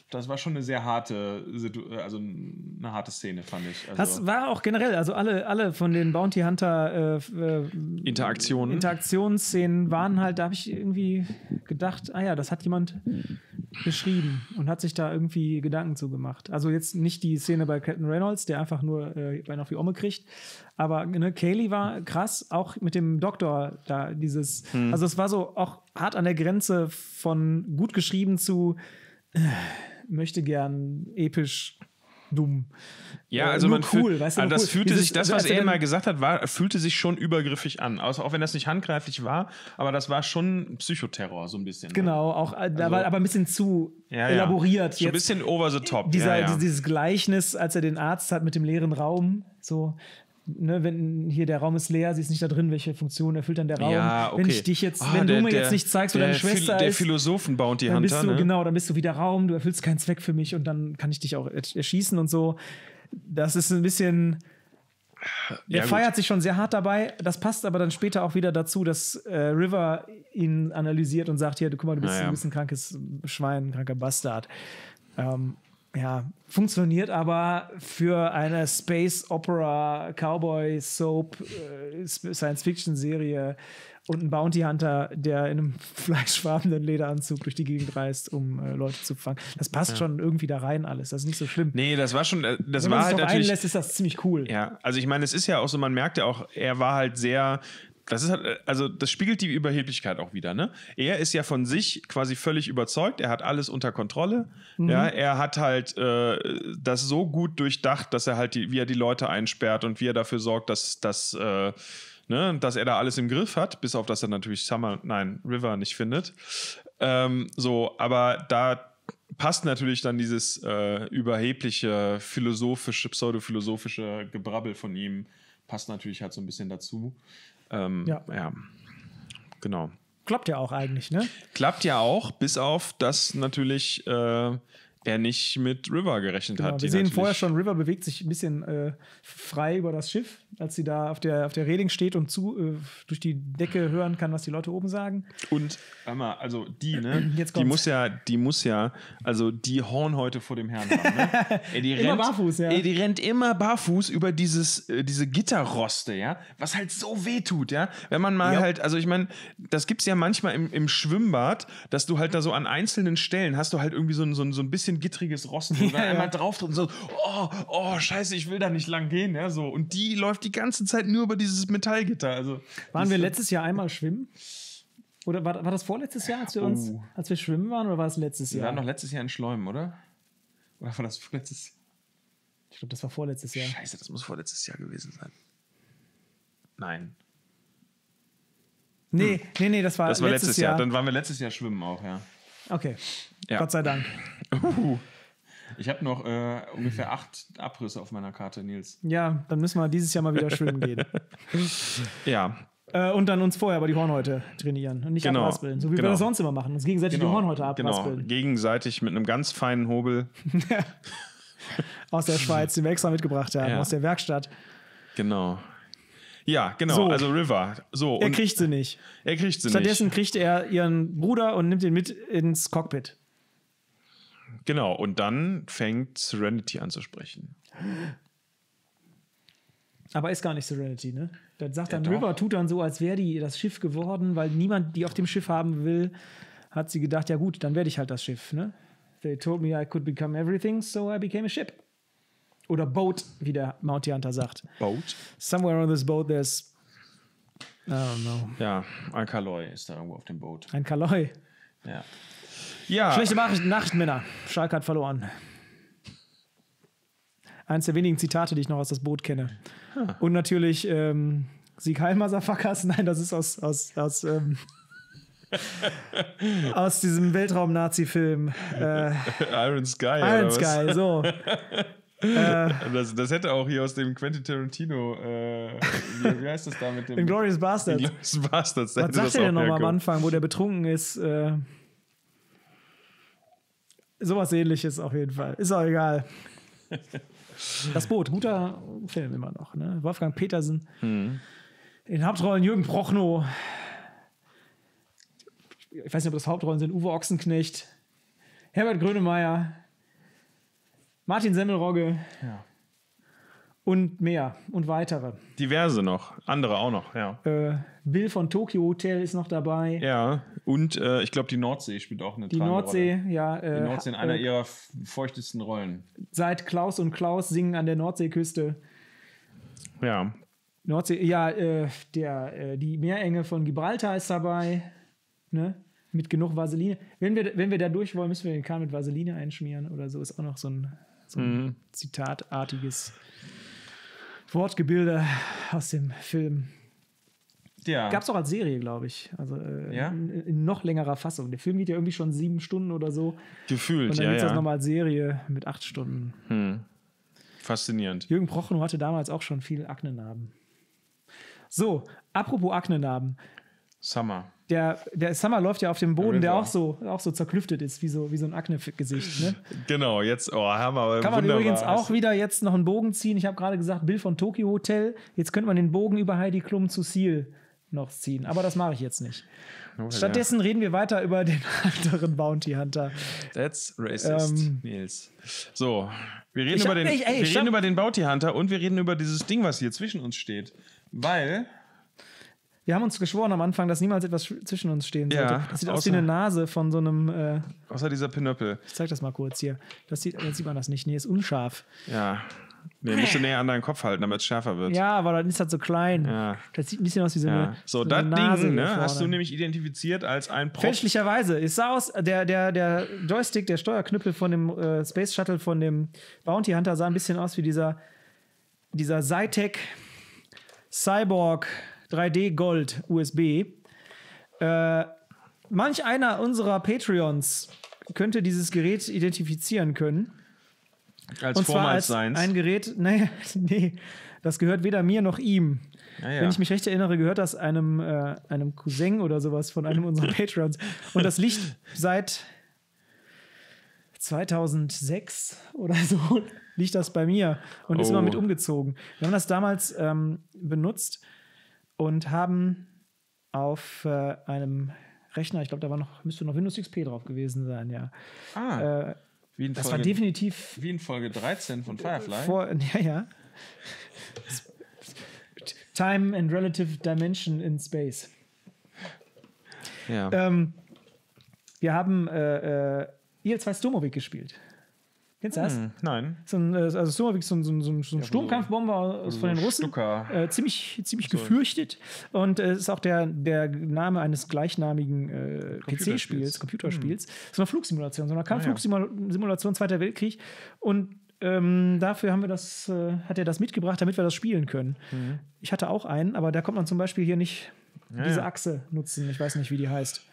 Speaker 1: das war schon eine sehr harte, Situ also eine harte Szene, fand ich. Also
Speaker 2: Das war auch generell, also alle, alle von den Bounty Hunter äh, f- äh,
Speaker 1: Interaktionen.
Speaker 2: Interaktionsszenen waren halt, da habe ich irgendwie gedacht, ah ja, das hat jemand geschrieben und hat sich da irgendwie Gedanken zu gemacht. Also jetzt nicht die Szene bei Captain Reynolds, der einfach nur äh, einen auf die Omme kriegt, aber ne, Kaylee war krass, auch mit dem Doktor da dieses,
Speaker 1: Hm.
Speaker 2: also es war so auch hart an der Grenze von gut geschrieben zu äh, möchte gern episch dumm.
Speaker 1: ja,
Speaker 2: äh,
Speaker 1: also
Speaker 2: nur
Speaker 1: man fühl-
Speaker 2: cool, weißt du,
Speaker 1: Ah,
Speaker 2: nur
Speaker 1: das
Speaker 2: cool.
Speaker 1: fühlte
Speaker 2: Dieses-
Speaker 1: sich, das,
Speaker 2: also
Speaker 1: was
Speaker 2: als er
Speaker 1: er
Speaker 2: dann-
Speaker 1: mal gesagt hat, war, fühlte sich schon übergriffig an. Also auch wenn das nicht handgreiflich war, aber das war schon Psychoterror, so ein bisschen. ne?
Speaker 2: Genau, auch äh, da war aber ein bisschen zu
Speaker 1: Also Ja, ja.
Speaker 2: elaboriert
Speaker 1: So ein
Speaker 2: jetzt.
Speaker 1: bisschen over the top.
Speaker 2: Dieser,
Speaker 1: ja, ja.
Speaker 2: Dieses Gleichnis, als er den Arzt hat mit dem leeren Raum, so. Ne, wenn hier der Raum ist leer, sie ist nicht da drin, welche Funktion erfüllt dann der Raum?
Speaker 1: ja, okay.
Speaker 2: Wenn ich dich jetzt,
Speaker 1: Ah,
Speaker 2: wenn
Speaker 1: der-
Speaker 2: du mir
Speaker 1: der-
Speaker 2: jetzt nicht zeigst, wo
Speaker 1: der
Speaker 2: deine
Speaker 1: Phil-
Speaker 2: Schwester
Speaker 1: Der
Speaker 2: ist,
Speaker 1: Philosophen Bounty
Speaker 2: dann
Speaker 1: Hunter.
Speaker 2: bist du,
Speaker 1: ne?
Speaker 2: genau, dann bist du wieder Raum, du erfüllst keinen Zweck für mich und dann kann ich dich auch ersch- erschießen und so. Das ist ein bisschen. Der
Speaker 1: Ja, gut.
Speaker 2: feiert sich schon sehr hart dabei. Das passt aber dann später auch wieder dazu, dass äh, River ihn analysiert und sagt: Hier, du guck mal, du bist,
Speaker 1: Naja.
Speaker 2: du bist ein krankes Schwein, ein kranker Bastard. Ähm, ja, funktioniert aber für eine Space Opera, Cowboy, Soap, äh, Science-Fiction-Serie und einen Bounty Hunter, der in einem fleischfarbenen Lederanzug durch die Gegend reist, um äh, Leute zu fangen. Das passt schon irgendwie da rein alles. Das ist nicht so schlimm.
Speaker 1: Nee, das war schon, äh, das
Speaker 2: Wenn man
Speaker 1: war
Speaker 2: sich
Speaker 1: halt
Speaker 2: darauf
Speaker 1: natürlich.
Speaker 2: einlässt, ist das ziemlich cool.
Speaker 1: Ja, also ich meine, es ist ja auch so, man merkt ja auch, er war halt sehr. Das ist halt, also das spiegelt die Überheblichkeit auch wieder, ne? Er ist ja von sich quasi völlig überzeugt, er hat alles unter Kontrolle. Ja, er hat halt äh, das so gut durchdacht, dass er halt die, wie er die Leute einsperrt und wie er dafür sorgt, dass, dass, äh, ne, dass er da alles im Griff hat, bis auf dass er natürlich Summer, nein, River nicht findet. Ähm, so, aber da passt natürlich dann dieses äh, überhebliche, philosophische, pseudophilosophische Gebrabbel von ihm, passt natürlich halt so ein bisschen dazu. Ähm,
Speaker 2: Ja.
Speaker 1: ja. Genau.
Speaker 2: Klappt ja auch eigentlich, ne?
Speaker 1: Klappt ja auch, bis auf, dass natürlich äh, er nicht mit River gerechnet
Speaker 2: Genau,
Speaker 1: hat.
Speaker 2: wir
Speaker 1: die
Speaker 2: sehen
Speaker 1: natürlich-
Speaker 2: vorher schon, River bewegt sich ein bisschen äh, frei über das Schiff, als sie da auf der, auf der Reling steht und zu, äh, durch die Decke hören kann, was die Leute oben sagen.
Speaker 1: Und, sag mal, also die, ne?
Speaker 2: Jetzt
Speaker 1: die
Speaker 2: kommt's.
Speaker 1: muss ja, die muss ja, also die Horn heute vor dem Herrn haben, ne? Ey, die
Speaker 2: Immer barfuß, ja.
Speaker 1: Ey, die rennt immer barfuß über dieses, äh, diese Gitterroste, ja? Was halt so weh tut, ja? Wenn man mal
Speaker 2: Ja.
Speaker 1: halt, also ich meine, das gibt's ja manchmal im, im Schwimmbad, dass du halt da so an einzelnen Stellen hast du halt irgendwie so ein, so ein, so ein bisschen gittriges Rosten, wo du dann
Speaker 2: ja.
Speaker 1: einmal drauf tritt und so, oh, oh, scheiße, ich will da nicht lang gehen, ja? So. Und die läuft die ganze Zeit nur über dieses Metallgitter, also.
Speaker 2: Waren wir letztes Jahr einmal schwimmen? Oder war, war das vorletztes Jahr, als wir uns,
Speaker 1: Oh.
Speaker 2: als wir schwimmen waren, oder war es letztes
Speaker 1: Wir
Speaker 2: Jahr?
Speaker 1: waren noch letztes Jahr in Schleum, oder? Oder war das letztes
Speaker 2: ich glaube, das war vorletztes Jahr.
Speaker 1: Scheiße, das muss vorletztes Jahr gewesen sein. Nein.
Speaker 2: Nee, nee, nee, das war,
Speaker 1: Das war letztes, Jahr. Dann waren wir letztes Jahr schwimmen auch, ja.
Speaker 2: okay.
Speaker 1: Ja.
Speaker 2: Gott sei Dank.
Speaker 1: Ich habe noch äh, ungefähr acht Abrisse auf meiner Karte, Nils.
Speaker 2: Ja, dann müssen wir dieses Jahr mal wieder schwimmen gehen.
Speaker 1: Ja.
Speaker 2: Äh, und dann uns vorher aber die Hornhäute trainieren und nicht
Speaker 1: Genau.
Speaker 2: abraspeln, so wie wir
Speaker 1: Genau.
Speaker 2: das sonst immer machen, uns gegenseitig die Hornhäute abraspeln.
Speaker 1: Gegenseitig mit einem ganz feinen Hobel.
Speaker 2: Aus der Schweiz, den wir extra mitgebracht haben,
Speaker 1: Ja.
Speaker 2: aus der Werkstatt.
Speaker 1: Genau. Ja, genau.
Speaker 2: So.
Speaker 1: Also River. So.
Speaker 2: Er
Speaker 1: und
Speaker 2: kriegt sie nicht.
Speaker 1: er kriegt sie
Speaker 2: Stattdessen
Speaker 1: nicht.
Speaker 2: kriegt er ihren Bruder und nimmt ihn mit ins Cockpit.
Speaker 1: Genau. Und dann fängt Serenity an zu sprechen.
Speaker 2: Aber ist gar nicht Serenity, ne? Dann sagt
Speaker 1: Ja,
Speaker 2: dann
Speaker 1: doch.
Speaker 2: River, tut dann so, als wäre die das Schiff geworden, weil niemand die auf dem Schiff haben will, hat sie gedacht, ja gut, dann werde ich halt das Schiff, ne? They told me I could become everything, so I became a ship. Oder boat, wie der Mountie Hunter sagt.
Speaker 1: Boat.
Speaker 2: Somewhere on this boat there's I don't know.
Speaker 1: Ja, Alkaloy ist da irgendwo auf dem Boot.
Speaker 2: Ein Kaloi.
Speaker 1: Ja. Ja.
Speaker 2: Schlechte Nachricht, Nachricht, Männer. Schalke hat verloren. eins der wenigen Zitate, die ich noch aus das Boot kenne. Und natürlich ähm, Sieg Heil Motherfuckers. Nein, das ist aus, aus, aus, ähm, aus diesem Weltraum-Nazi-Film. Äh,
Speaker 1: Iron Sky. oder
Speaker 2: Iron
Speaker 1: was?
Speaker 2: Sky, so. äh,
Speaker 1: Das, das hätte auch hier aus dem Quentin Tarantino, äh, wie, wie heißt das da mit dem
Speaker 2: Inglourious Bastards.
Speaker 1: Inglourious Bastards? da
Speaker 2: Was
Speaker 1: hätte
Speaker 2: sagt
Speaker 1: das
Speaker 2: er denn
Speaker 1: auch
Speaker 2: nochmal am
Speaker 1: herkommen.
Speaker 2: Anfang, wo der betrunken ist? Äh, sowas ähnliches auf jeden Fall. Ist auch egal. Das Boot, guter Film immer noch. Ne? Wolfgang Petersen.
Speaker 1: Hm.
Speaker 2: In Hauptrollen Jürgen Prochnow. Ich weiß nicht, ob das Hauptrollen sind. Uwe Ochsenknecht. Herbert Grönemeyer. Martin Semmelrogge.
Speaker 1: Ja.
Speaker 2: Und mehr. Und weitere.
Speaker 1: Diverse noch, andere auch noch, ja.
Speaker 2: Äh, Bill von Tokyo Hotel ist noch dabei.
Speaker 1: Ja, und äh, ich glaube, die Nordsee spielt auch eine
Speaker 2: Die Nordsee, ja. Äh,
Speaker 1: Die Nordsee in
Speaker 2: ha-
Speaker 1: einer
Speaker 2: äh,
Speaker 1: ihrer f- feuchtesten Rollen.
Speaker 2: seit Klaus und Klaus singen an der Nordseeküste.
Speaker 1: Ja.
Speaker 2: Nordsee, ja, äh, der, äh, die Meerenge von Gibraltar ist dabei. Ne? Mit genug Vaseline. Wenn wir, wenn wir da durch wollen, müssen wir den Kahn mit Vaseline einschmieren oder so. Ist auch noch so ein, so ein
Speaker 1: Mhm.
Speaker 2: zitatartiges Wortgebilde aus dem Film.
Speaker 1: Ja.
Speaker 2: Gab es auch als Serie, glaube ich. Also äh,
Speaker 1: Ja?
Speaker 2: in, in noch längerer Fassung. Der Film geht ja irgendwie schon sieben Stunden oder so.
Speaker 1: Gefühlt,
Speaker 2: Und dann
Speaker 1: ja,
Speaker 2: gibt es das
Speaker 1: ja.
Speaker 2: nochmal als Serie mit acht Stunden.
Speaker 1: Faszinierend.
Speaker 2: Jürgen Prochnow hatte damals auch schon viele Aknenarben. So, apropos Aknenarben.
Speaker 1: Summer.
Speaker 2: Der, der Summer läuft ja auf dem Boden, der
Speaker 1: River.
Speaker 2: auch so, auch so zerklüftet ist, wie so, wie so ein Akne-Gesicht. Ne?
Speaker 1: Genau, jetzt, oh, Hammer. aber
Speaker 2: Kann man
Speaker 1: wunderbar.
Speaker 2: übrigens auch wieder jetzt noch einen Bogen ziehen. Ich habe gerade gesagt, Bill von Tokyo Hotel. Jetzt könnte man den Bogen über Heidi Klum zu Seal noch ziehen. Aber das mache ich jetzt nicht.
Speaker 1: Oh,
Speaker 2: Stattdessen reden wir weiter über den anderen Bounty Hunter.
Speaker 1: Ja. That's racist,
Speaker 2: Ähm.
Speaker 1: Nils. So, wir reden,
Speaker 2: Ich
Speaker 1: über
Speaker 2: hab-
Speaker 1: den,
Speaker 2: ey, ey,
Speaker 1: wir
Speaker 2: ich
Speaker 1: reden
Speaker 2: hab-
Speaker 1: über den Bounty Hunter und wir reden über dieses Ding, was hier zwischen uns steht. Weil,
Speaker 2: Wir haben uns geschworen am Anfang, dass niemals etwas zwischen uns stehen sollte.
Speaker 1: Ja,
Speaker 2: das sieht aus wie
Speaker 1: außer-
Speaker 2: eine Nase von so einem. Äh,
Speaker 1: außer dieser Pinöppel,
Speaker 2: Ich zeig das mal kurz hier. Das sieht, jetzt sieht man das nicht. Nee, ist unscharf.
Speaker 1: ja, nee, musst du näher an deinen Kopf halten, damit es schärfer wird.
Speaker 2: Ja, aber dann ist das so klein.
Speaker 1: Ja.
Speaker 2: Das sieht ein bisschen aus wie so eine.
Speaker 1: Ja. So,
Speaker 2: eine
Speaker 1: das
Speaker 2: Nase
Speaker 1: Ding
Speaker 2: hier
Speaker 1: ne, hast du
Speaker 2: vorne.
Speaker 1: nämlich identifiziert als ein Prop.
Speaker 2: Fälschlicherweise. Es sah aus, der, der, der Joystick, der Steuerknüppel von dem äh, Space Shuttle von dem Bounty Hunter sah ein bisschen aus wie dieser, dieser Zytec Cyborg 3D Gold USB. Äh, manch einer unserer Patreons könnte dieses Gerät identifizieren können.
Speaker 1: Als
Speaker 2: Und zwar
Speaker 1: vormals
Speaker 2: als
Speaker 1: seins.
Speaker 2: ein Gerät, nee, nee, das gehört weder mir noch ihm.
Speaker 1: Ja, ja.
Speaker 2: Wenn ich mich recht erinnere, gehört das einem, äh, einem Cousin oder sowas von einem unserer Patreons. Und das liegt seit 2006 oder so, liegt das bei mir und ist
Speaker 1: Oh.
Speaker 2: immer mit umgezogen. Wir haben das damals ähm, benutzt und haben auf äh, einem Rechner, ich glaube, da war noch, müsste noch Windows XP drauf gewesen sein, ja.
Speaker 1: ah,
Speaker 2: Äh,
Speaker 1: wie, in
Speaker 2: das war
Speaker 1: Folge,
Speaker 2: definitiv
Speaker 1: wie in Folge 13 von Firefly.
Speaker 2: vor, ja, ja. Time and Relative Dimension in Space.
Speaker 1: ja.
Speaker 2: Ähm, wir haben äh, äh, IL-2 Sturmovik gespielt. Kennst du das?
Speaker 1: Hm, Nein.
Speaker 2: So ein, äh, also Sturmovik ist so ein, so ein, so ein so ein Sturmkampfbomber aus-
Speaker 1: so
Speaker 2: von den Russen.
Speaker 1: Stucker.
Speaker 2: Äh, ziemlich ziemlich
Speaker 1: Also
Speaker 2: gefürchtet. Und äh, ist auch der, der Name eines gleichnamigen äh,
Speaker 1: Computerspiels. Hm. Ah,
Speaker 2: PC-Spiels, Computerspiels. So eine Flugsimulation, so eine
Speaker 1: ja.
Speaker 2: Kampfflugsimulation Zweiter Weltkrieg. Und ähm, dafür haben wir das, äh, hat er das mitgebracht, damit wir das spielen können. Ich hatte auch einen, aber da kommt man zum Beispiel hier nicht diese
Speaker 1: Mhm. ja.
Speaker 2: Achse nutzen. Ich weiß nicht, wie die heißt.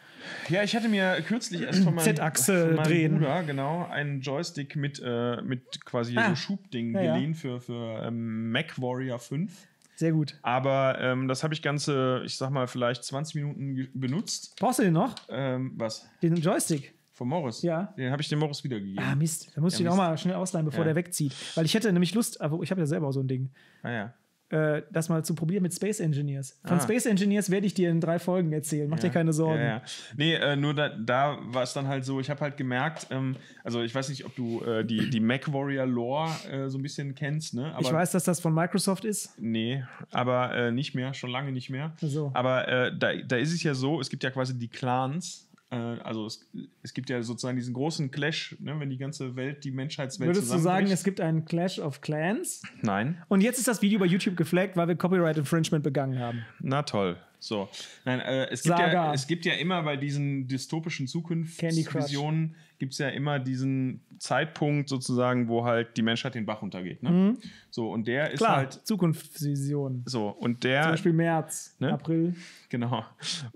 Speaker 1: Ja, ich hatte mir kürzlich erst von meinem,
Speaker 2: Z-Achse
Speaker 1: von meinem
Speaker 2: drehen.
Speaker 1: Bruder, genau, einen Joystick mit, äh, mit quasi
Speaker 2: Ah.
Speaker 1: so Schubding
Speaker 2: Ja, ja.
Speaker 1: geliehen für, für ähm, Mac Warrior 5.
Speaker 2: Sehr gut.
Speaker 1: Aber ähm, das habe ich ganze, ich sag mal, vielleicht 20 Minuten ge- benutzt.
Speaker 2: Brauchst du den noch?
Speaker 1: Ähm, was?
Speaker 2: Den Joystick?
Speaker 1: Von Morris?
Speaker 2: Ja.
Speaker 1: Den habe ich dem Morris wiedergegeben.
Speaker 2: Ah, Mist. Da muss ich den auch
Speaker 1: Mist.
Speaker 2: mal schnell ausleihen, bevor
Speaker 1: Ja.
Speaker 2: der wegzieht. Weil ich hätte nämlich Lust, aber ich habe ja selber so ein Ding,
Speaker 1: Ah, ja.
Speaker 2: äh, das mal zu probieren mit Space Engineers. Von
Speaker 1: Ah.
Speaker 2: Space Engineers werde ich dir in drei Folgen erzählen. Mach dir
Speaker 1: Ja.
Speaker 2: keine Sorgen.
Speaker 1: Ja, ja. Nee, äh, nur da, da war es dann halt so, ich habe halt gemerkt, ähm, also ich weiß nicht, ob du äh, die, die Mac Warrior Lore äh, so ein bisschen kennst, ne? Aber,
Speaker 2: Ich weiß, dass das von Microsoft ist.
Speaker 1: Nee, aber äh, nicht mehr, schon lange nicht mehr.
Speaker 2: Ach so.
Speaker 1: Aber äh, da, da ist es ja so, es gibt ja quasi die Clans. äh, Also es, es gibt ja sozusagen diesen großen Clash, ne, wenn die ganze Welt, die Menschheitswelt
Speaker 2: Würdest du sagen,
Speaker 1: zusammenbricht.
Speaker 2: es gibt einen Clash of Clans?
Speaker 1: Nein.
Speaker 2: Und jetzt ist das Video bei YouTube geflaggt, weil wir Copyright Infringement begangen haben.
Speaker 1: Na toll. So. Nein, äh, es, gibt
Speaker 2: Saga.
Speaker 1: ja, es gibt ja immer bei diesen dystopischen
Speaker 2: Candy Crush.
Speaker 1: Zukunftsvisionen gibt es ja immer diesen Zeitpunkt sozusagen, wo halt die Menschheit den Bach runtergeht. Ne? So, und der ist
Speaker 2: Mhm. Klar,
Speaker 1: halt
Speaker 2: Zukunftsvision.
Speaker 1: so, und
Speaker 2: Zum
Speaker 1: der
Speaker 2: Beispiel März,
Speaker 1: Ne?
Speaker 2: April.
Speaker 1: Genau.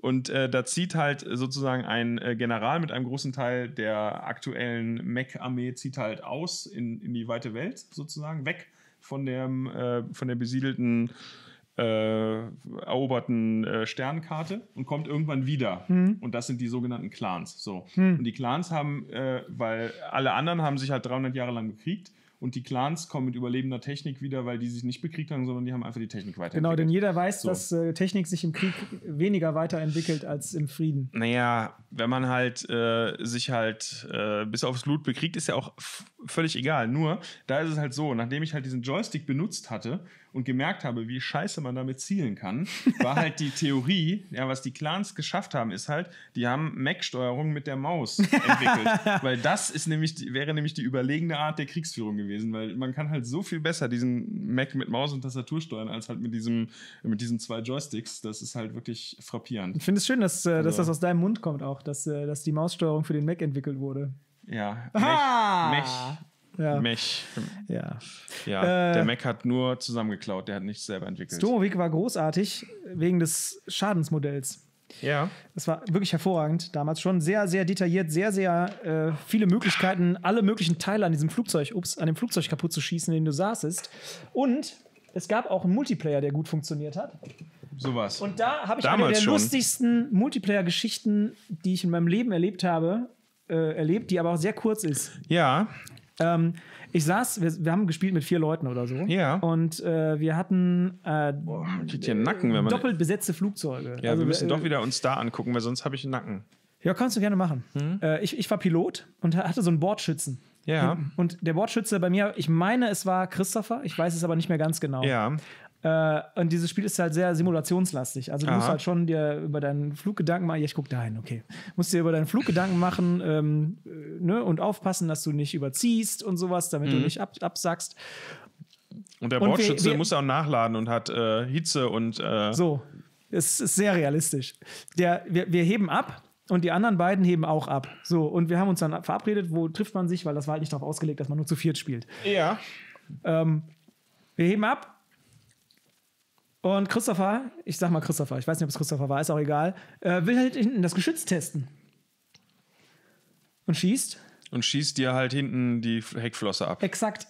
Speaker 1: Und äh, da zieht halt sozusagen ein äh, General mit einem großen Teil der aktuellen Mech-Armee zieht halt aus in, in die weite Welt sozusagen, weg von, dem, äh, von der besiedelten, äh, eroberten äh, Sternkarte und kommt irgendwann wieder. Und das sind die sogenannten Clans. So. Und die Clans haben, äh, weil alle anderen haben sich halt 300 Jahre lang bekriegt. Und die Clans kommen mit überlebender Technik wieder, weil die sich nicht bekriegt haben, sondern die haben einfach die Technik
Speaker 2: Genau,
Speaker 1: weiterentwickelt.
Speaker 2: denn jeder weiß,
Speaker 1: So.
Speaker 2: dass äh, Technik sich im Krieg weniger weiterentwickelt als im Frieden.
Speaker 1: Naja, wenn man halt äh, sich halt äh, bis aufs Blut bekriegt, ist ja auch f- völlig egal. Nur, da ist es halt so, nachdem ich halt diesen Joystick benutzt hatte und gemerkt habe, wie scheiße man damit zielen kann, war halt die Theorie, ja, was die Clans geschafft haben, ist halt, die haben Mac-Steuerung mit der Maus entwickelt. weil das ist nämlich, die- wäre nämlich die überlegene Art der Kriegsführung gewesen, weil man kann halt so viel besser diesen Mac mit Maus und Tastatur steuern, als halt mit, diesem, mit diesen zwei Joysticks. Das ist halt wirklich frappierend.
Speaker 2: Ich finde es schön, dass, äh, dass
Speaker 1: Also.
Speaker 2: das aus deinem Mund kommt auch, dass, äh, dass die Maussteuerung für den Mac entwickelt wurde.
Speaker 1: Ja,
Speaker 2: Ah!
Speaker 1: Mech.
Speaker 2: Ja.
Speaker 1: Mech.
Speaker 2: ja.
Speaker 1: Ja,
Speaker 2: Äh,
Speaker 1: der Mac hat nur zusammengeklaut, der hat nichts selber entwickelt.
Speaker 2: Stormovik war großartig wegen des Schadensmodells.
Speaker 1: Ja.
Speaker 2: Das war wirklich hervorragend. Damals schon sehr, sehr detailliert, sehr, sehr äh, viele Möglichkeiten, alle möglichen Teile an diesem Flugzeug, ups, an dem Flugzeug kaputt zu schießen, in dem du saßest. Und es gab auch einen Multiplayer, der gut funktioniert hat.
Speaker 1: Sowas.
Speaker 2: Und da habe ich eine
Speaker 1: Damals
Speaker 2: der
Speaker 1: schon.
Speaker 2: lustigsten Multiplayer-Geschichten, die ich in meinem Leben erlebt habe, äh, erlebt, die aber auch sehr kurz ist.
Speaker 1: ja,
Speaker 2: Ähm, ich saß, wir, wir haben gespielt mit vier Leuten oder so.
Speaker 1: Ja.
Speaker 2: Und äh, wir hatten äh,
Speaker 1: man kriegt hier einen Nacken, wenn man.
Speaker 2: doppelt besetzte Flugzeuge.
Speaker 1: ja, wir müssen
Speaker 2: äh,
Speaker 1: doch wieder uns da angucken, weil sonst habe ich einen Nacken.
Speaker 2: Ja, kannst du gerne machen. Äh, ich, ich war Pilot und ha- hatte so einen Bordschützen.
Speaker 1: Hm? Ja.
Speaker 2: Hinten. Und der Bordschütze bei mir, ich meine, es war Christopher, ich weiß es aber nicht mehr ganz genau.
Speaker 1: Ja.
Speaker 2: Äh, und dieses Spiel ist halt sehr simulationslastig. Also du musst
Speaker 1: Aha.
Speaker 2: halt schon dir über deinen Fluggedanken machen, ja, ich guck da hin, okay. Musst dir über deinen Fluggedanken machen ähm, äh, ne, und aufpassen, dass du nicht überziehst und sowas, damit
Speaker 1: Mhm.
Speaker 2: du nicht ab, absackst.
Speaker 1: Und der
Speaker 2: Und wir-
Speaker 1: Bordschütze
Speaker 2: wir-
Speaker 1: muss auch nachladen und hat äh, Hitze und. Äh,
Speaker 2: So, es ist sehr realistisch. Der, wir, wir heben ab und die anderen beiden heben auch ab. So, und wir haben uns dann verabredet, wo trifft man sich, weil das war halt nicht darauf ausgelegt, dass man nur zu viert spielt.
Speaker 1: Ja.
Speaker 2: Wir heben ab. Und Christopher, ich sag mal Christopher, ich weiß nicht, ob es Christopher war, ist auch egal, äh, will halt hinten das Geschütz testen. Und schießt.
Speaker 1: Und schießt dir halt hinten die F- Heckflosse ab.
Speaker 2: Exakt.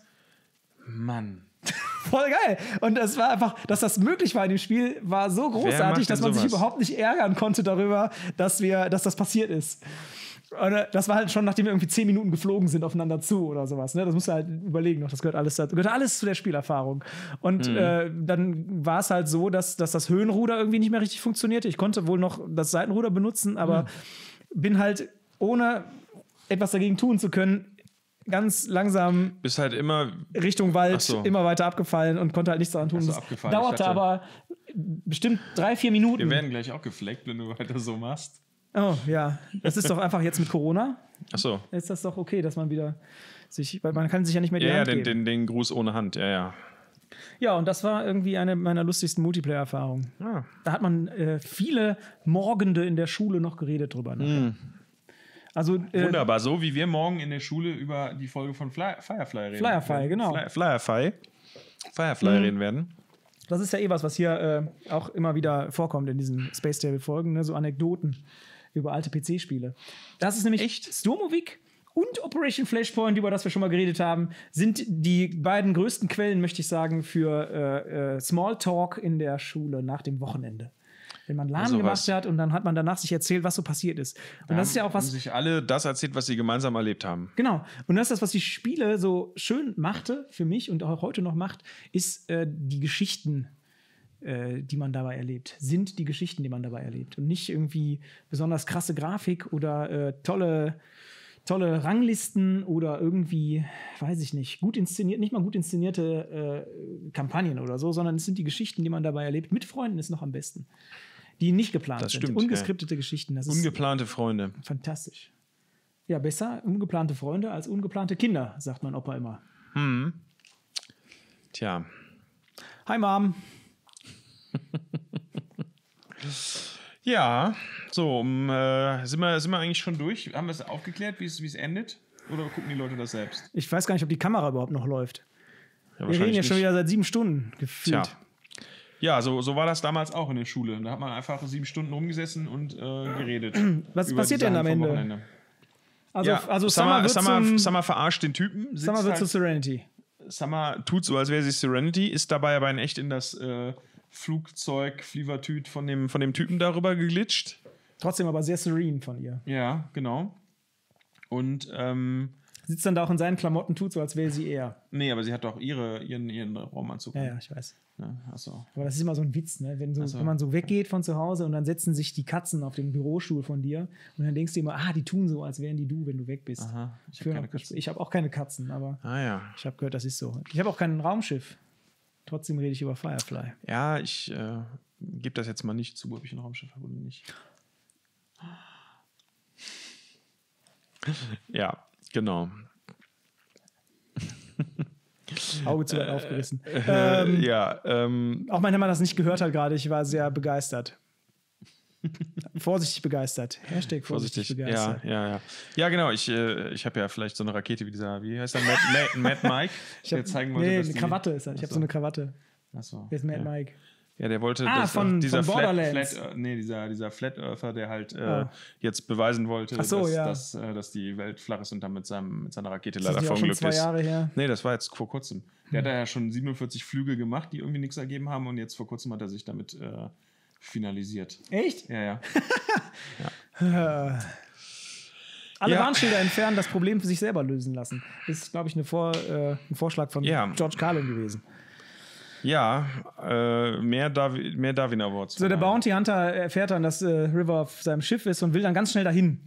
Speaker 1: Mann.
Speaker 2: Voll geil. Und es war einfach, dass das möglich war in dem Spiel, war so großartig,
Speaker 1: macht denn
Speaker 2: dass man sich
Speaker 1: sowas?
Speaker 2: überhaupt nicht ärgern konnte darüber, dass wir, dass das passiert ist. Und äh, das war halt schon, nachdem wir irgendwie zehn Minuten geflogen sind aufeinander zu oder sowas. Ne? Das musst du halt überlegen noch. Das gehört alles dazu. Gehört alles zu der Spielerfahrung.
Speaker 1: Hm.
Speaker 2: Und äh, dann war es halt so, dass, dass das Höhenruder irgendwie nicht mehr richtig funktionierte. Ich konnte wohl noch das Seitenruder benutzen,
Speaker 1: Hm.
Speaker 2: aber bin halt ohne etwas dagegen tun zu können, ganz langsam
Speaker 1: Bist halt immer.
Speaker 2: Richtung Wald
Speaker 1: Ach so.
Speaker 2: immer weiter abgefallen und konnte halt nichts daran tun.
Speaker 1: so,
Speaker 2: Das
Speaker 1: abgefallen. Ich
Speaker 2: Dauerte
Speaker 1: dachte-
Speaker 2: aber bestimmt drei, vier
Speaker 1: Wir
Speaker 2: Minuten.
Speaker 1: werden gleich auch gefleckt, wenn du weiter so machst.
Speaker 2: Oh ja, das ist doch einfach jetzt mit Corona,
Speaker 1: Achso.
Speaker 2: ist das doch okay, dass man wieder sich, weil man kann sich ja nicht mehr die
Speaker 1: Ja, ja,
Speaker 2: Hand
Speaker 1: den, den,
Speaker 2: geben.
Speaker 1: den Gruß ohne Hand. Ja, ja.
Speaker 2: Ja, und das war irgendwie eine meiner lustigsten Multiplayer-Erfahrungen.
Speaker 1: Ah.
Speaker 2: Da hat man äh, viele Morgende in der Schule noch geredet drüber.
Speaker 1: Hm.
Speaker 2: nachher. Also äh,
Speaker 1: Wunderbar. So wie wir morgen in der Schule über die Folge von Fly, Firefly reden.
Speaker 2: Firefly, genau. Mhm.
Speaker 1: Fly, Firefly. Firefly reden werden.
Speaker 2: das ist ja eh was, was hier äh, auch immer wieder vorkommt in diesen Space Table-Folgen, ne? so Anekdoten über alte PC-Spiele. Das ist nämlich echt Stormovic und Operation Flashpoint, über das wir schon mal geredet haben, sind die beiden größten Quellen, möchte ich sagen, für äh, äh, Smalltalk in der Schule nach dem Wochenende. Wenn man Laden
Speaker 1: So
Speaker 2: gemacht
Speaker 1: was.
Speaker 2: hat und dann hat man danach sich erzählt, was so passiert ist. Und das ist ja auch
Speaker 1: Haben
Speaker 2: was,
Speaker 1: sich alle das erzählt, was sie gemeinsam erlebt haben.
Speaker 2: Genau. Und das ist das, was die Spiele so schön machte für mich und auch heute noch macht, ist äh, die Geschichten, äh, die man dabei erlebt. Sind die Geschichten, die man dabei erlebt. Und nicht irgendwie besonders krasse Grafik oder äh, tolle, tolle Ranglisten oder irgendwie, weiß ich nicht, gut inszeniert, nicht mal gut inszenierte äh, Kampagnen oder so, sondern es sind die Geschichten, die man dabei erlebt. Mit Freunden ist noch am besten. Die nicht geplant
Speaker 1: Das
Speaker 2: sind.
Speaker 1: stimmt, ja.
Speaker 2: Ungeskriptete Geschichten. Das ist
Speaker 1: Ungeplante Freunde.
Speaker 2: Fantastisch. Ja, besser ungeplante Freunde als ungeplante Kinder, sagt mein Opa immer.
Speaker 1: Tja.
Speaker 2: Hi Mom.
Speaker 1: Ja, so, um, äh, sind, wir, sind wir eigentlich schon durch? Haben wir es aufgeklärt, wie es endet? Oder gucken die Leute das selbst?
Speaker 2: Ich weiß gar nicht, ob die Kamera überhaupt noch läuft. Wir reden ja schon wieder seit sieben Stunden gefühlt.
Speaker 1: Tja. Ja, so, so war das damals auch in der Schule. Da hat man einfach sieben Stunden rumgesessen und äh, geredet.
Speaker 2: Was
Speaker 1: über
Speaker 2: passiert
Speaker 1: die
Speaker 2: denn
Speaker 1: Sachen
Speaker 2: am
Speaker 1: vom
Speaker 2: Ende?
Speaker 1: Wochenende.
Speaker 2: Also,
Speaker 1: ja,
Speaker 2: also Summer,
Speaker 1: Summer,
Speaker 2: wird
Speaker 1: Summer,
Speaker 2: zum, Summer,
Speaker 1: Summer verarscht den Typen. sitzt
Speaker 2: wird
Speaker 1: halt
Speaker 2: zu Serenity.
Speaker 1: Summer tut so, als wäre sie Serenity, ist dabei aber in echt in das äh, Flugzeug Flievertüt von dem, von dem Typen darüber geglitscht.
Speaker 2: Trotzdem aber sehr serene von ihr.
Speaker 1: Ja, genau. Und, ähm,
Speaker 2: Sitzt dann da auch in seinen Klamotten, tut so, als wäre sie er.
Speaker 1: nee, aber sie hat auch ihre, ihren, ihren Raumanzug.
Speaker 2: Ja, ja, ich weiß.
Speaker 1: Ne? Achso.
Speaker 2: Aber das ist immer so ein Witz, ne? Wenn, so,
Speaker 1: Also
Speaker 2: wenn man so weggeht von zu Hause und dann setzen sich die Katzen auf den Bürostuhl von dir und dann denkst du immer, ah, die tun so, als wären die du, wenn du weg bist.
Speaker 1: Aha, ich
Speaker 2: Ich,
Speaker 1: habe
Speaker 2: höre
Speaker 1: keine
Speaker 2: noch Gespr-
Speaker 1: Katzen.
Speaker 2: ich habe auch keine Katzen, aber
Speaker 1: Ah ja.
Speaker 2: ich habe gehört, das ist so. Ich habe auch kein Raumschiff. Trotzdem rede ich über Firefly.
Speaker 1: Ja, ich äh, gebe das jetzt mal nicht zu, ob ich ein Raumschiff habe oder nicht. Ja, genau.
Speaker 2: Auge zu weit aufgerissen.
Speaker 1: Äh, ja, ähm,
Speaker 2: Auch wenn man das nicht gehört hat gerade, ich war sehr begeistert. vorsichtig begeistert. Hashtag vorsichtig,
Speaker 1: Vorsichtig. Ja,
Speaker 2: begeistert.
Speaker 1: ja, ja. Ja, genau. Ich, äh, ich habe ja vielleicht so eine Rakete wie dieser, wie heißt der? Mad, Mad, Mad Mike?
Speaker 2: Ich hab,
Speaker 1: der zeigen wollte,
Speaker 2: nee,
Speaker 1: dass
Speaker 2: eine
Speaker 1: die-
Speaker 2: Krawatte ist das. Ich habe
Speaker 1: Achso.
Speaker 2: so eine Krawatte.
Speaker 1: Achso.
Speaker 2: Wer ist Mad
Speaker 1: ja.
Speaker 2: Mike?
Speaker 1: Ja, der wollte.
Speaker 2: Ah,
Speaker 1: dass,
Speaker 2: von-
Speaker 1: äh, dieser
Speaker 2: von
Speaker 1: Flat,
Speaker 2: Borderlands.
Speaker 1: Flat, äh, nee, dieser, dieser Flat Earther, der halt äh,
Speaker 2: Ah.
Speaker 1: jetzt beweisen wollte,
Speaker 2: Ach so,
Speaker 1: dass,
Speaker 2: ja.
Speaker 1: dass, äh, dass die Welt flach ist und dann mit, seinem, mit seiner Rakete
Speaker 2: Das
Speaker 1: leider
Speaker 2: ist ja auch schon
Speaker 1: verunglückt
Speaker 2: zwei
Speaker 1: ist.
Speaker 2: Jahre her. Hm.
Speaker 1: Nee, das war jetzt vor kurzem. Der hat da ja schon 47 Flüge gemacht, die irgendwie nichts ergeben haben und jetzt vor kurzem hat er sich damit äh, finalisiert.
Speaker 2: Echt?
Speaker 1: Ja, ja.
Speaker 2: Alle
Speaker 1: Ja.
Speaker 2: Warnschilder entfernen, das Problem für sich selber lösen lassen. Ist, glaube ich, eine Vor, äh, ein Vorschlag von
Speaker 1: Ja.
Speaker 2: George Carlin gewesen.
Speaker 1: Ja, äh, mehr, Darwin, mehr Darwin Awards.
Speaker 2: So, der
Speaker 1: verleihen.
Speaker 2: Bounty Hunter erfährt dann, dass äh, River auf seinem Schiff ist und will dann ganz schnell dahin.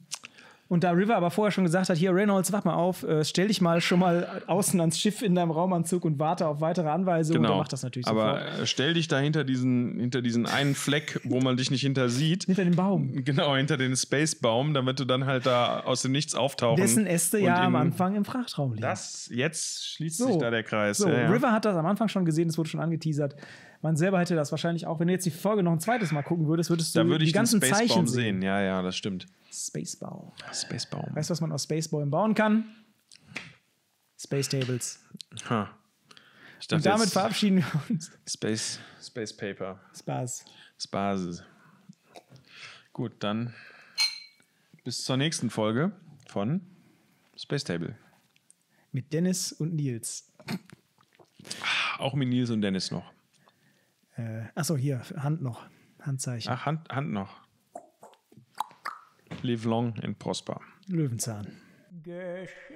Speaker 2: Und da River aber vorher schon gesagt hat, hier Reynolds, wach mal auf, äh, stell dich mal schon mal außen ans Schiff in deinem Raumanzug und warte auf weitere Anweisungen. Und
Speaker 1: Genau.
Speaker 2: er macht das natürlich
Speaker 1: Aber
Speaker 2: sofort.
Speaker 1: äh, stell dich da hinter diesen, hinter diesen einen Fleck, wo man dich nicht hinter sieht.
Speaker 2: Hinter dem Baum.
Speaker 1: Genau, hinter den Spacebaum, damit du dann halt da aus dem Nichts auftauchen.
Speaker 2: Dessen Äste
Speaker 1: und
Speaker 2: ja am
Speaker 1: in-
Speaker 2: Anfang im Frachtraum liegen.
Speaker 1: Das, jetzt schließt
Speaker 2: So.
Speaker 1: sich da der Kreis.
Speaker 2: So,
Speaker 1: ja, ja.
Speaker 2: River hat das am Anfang schon gesehen, es wurde schon angeteasert. Man selber hätte das wahrscheinlich auch, wenn du jetzt die Folge noch ein zweites Mal gucken würdest, würdest du
Speaker 1: da würde ich
Speaker 2: die ganzen
Speaker 1: den
Speaker 2: Zeichen
Speaker 1: Spacebaum
Speaker 2: sehen.
Speaker 1: sehen. Ja, ja, das stimmt.
Speaker 2: Spacebaum.
Speaker 1: Spacebaum.
Speaker 2: Weißt du, was man aus Spacebäumen bauen kann? Space Tables.
Speaker 1: Ha. Ich dachte
Speaker 2: Und damit
Speaker 1: jetzt
Speaker 2: verabschieden wir uns.
Speaker 1: Space, Space Paper.
Speaker 2: Spaß.
Speaker 1: Das Basis. Gut, dann bis zur nächsten Folge von Space Table.
Speaker 2: Mit Dennis und Nils.
Speaker 1: Auch mit Nils und Dennis noch.
Speaker 2: Äh, achso, hier, Hand noch. Handzeichen.
Speaker 1: Ach, Hand, Hand noch. Live long and prosper.
Speaker 2: Ah. Löwenzahn. Geschichten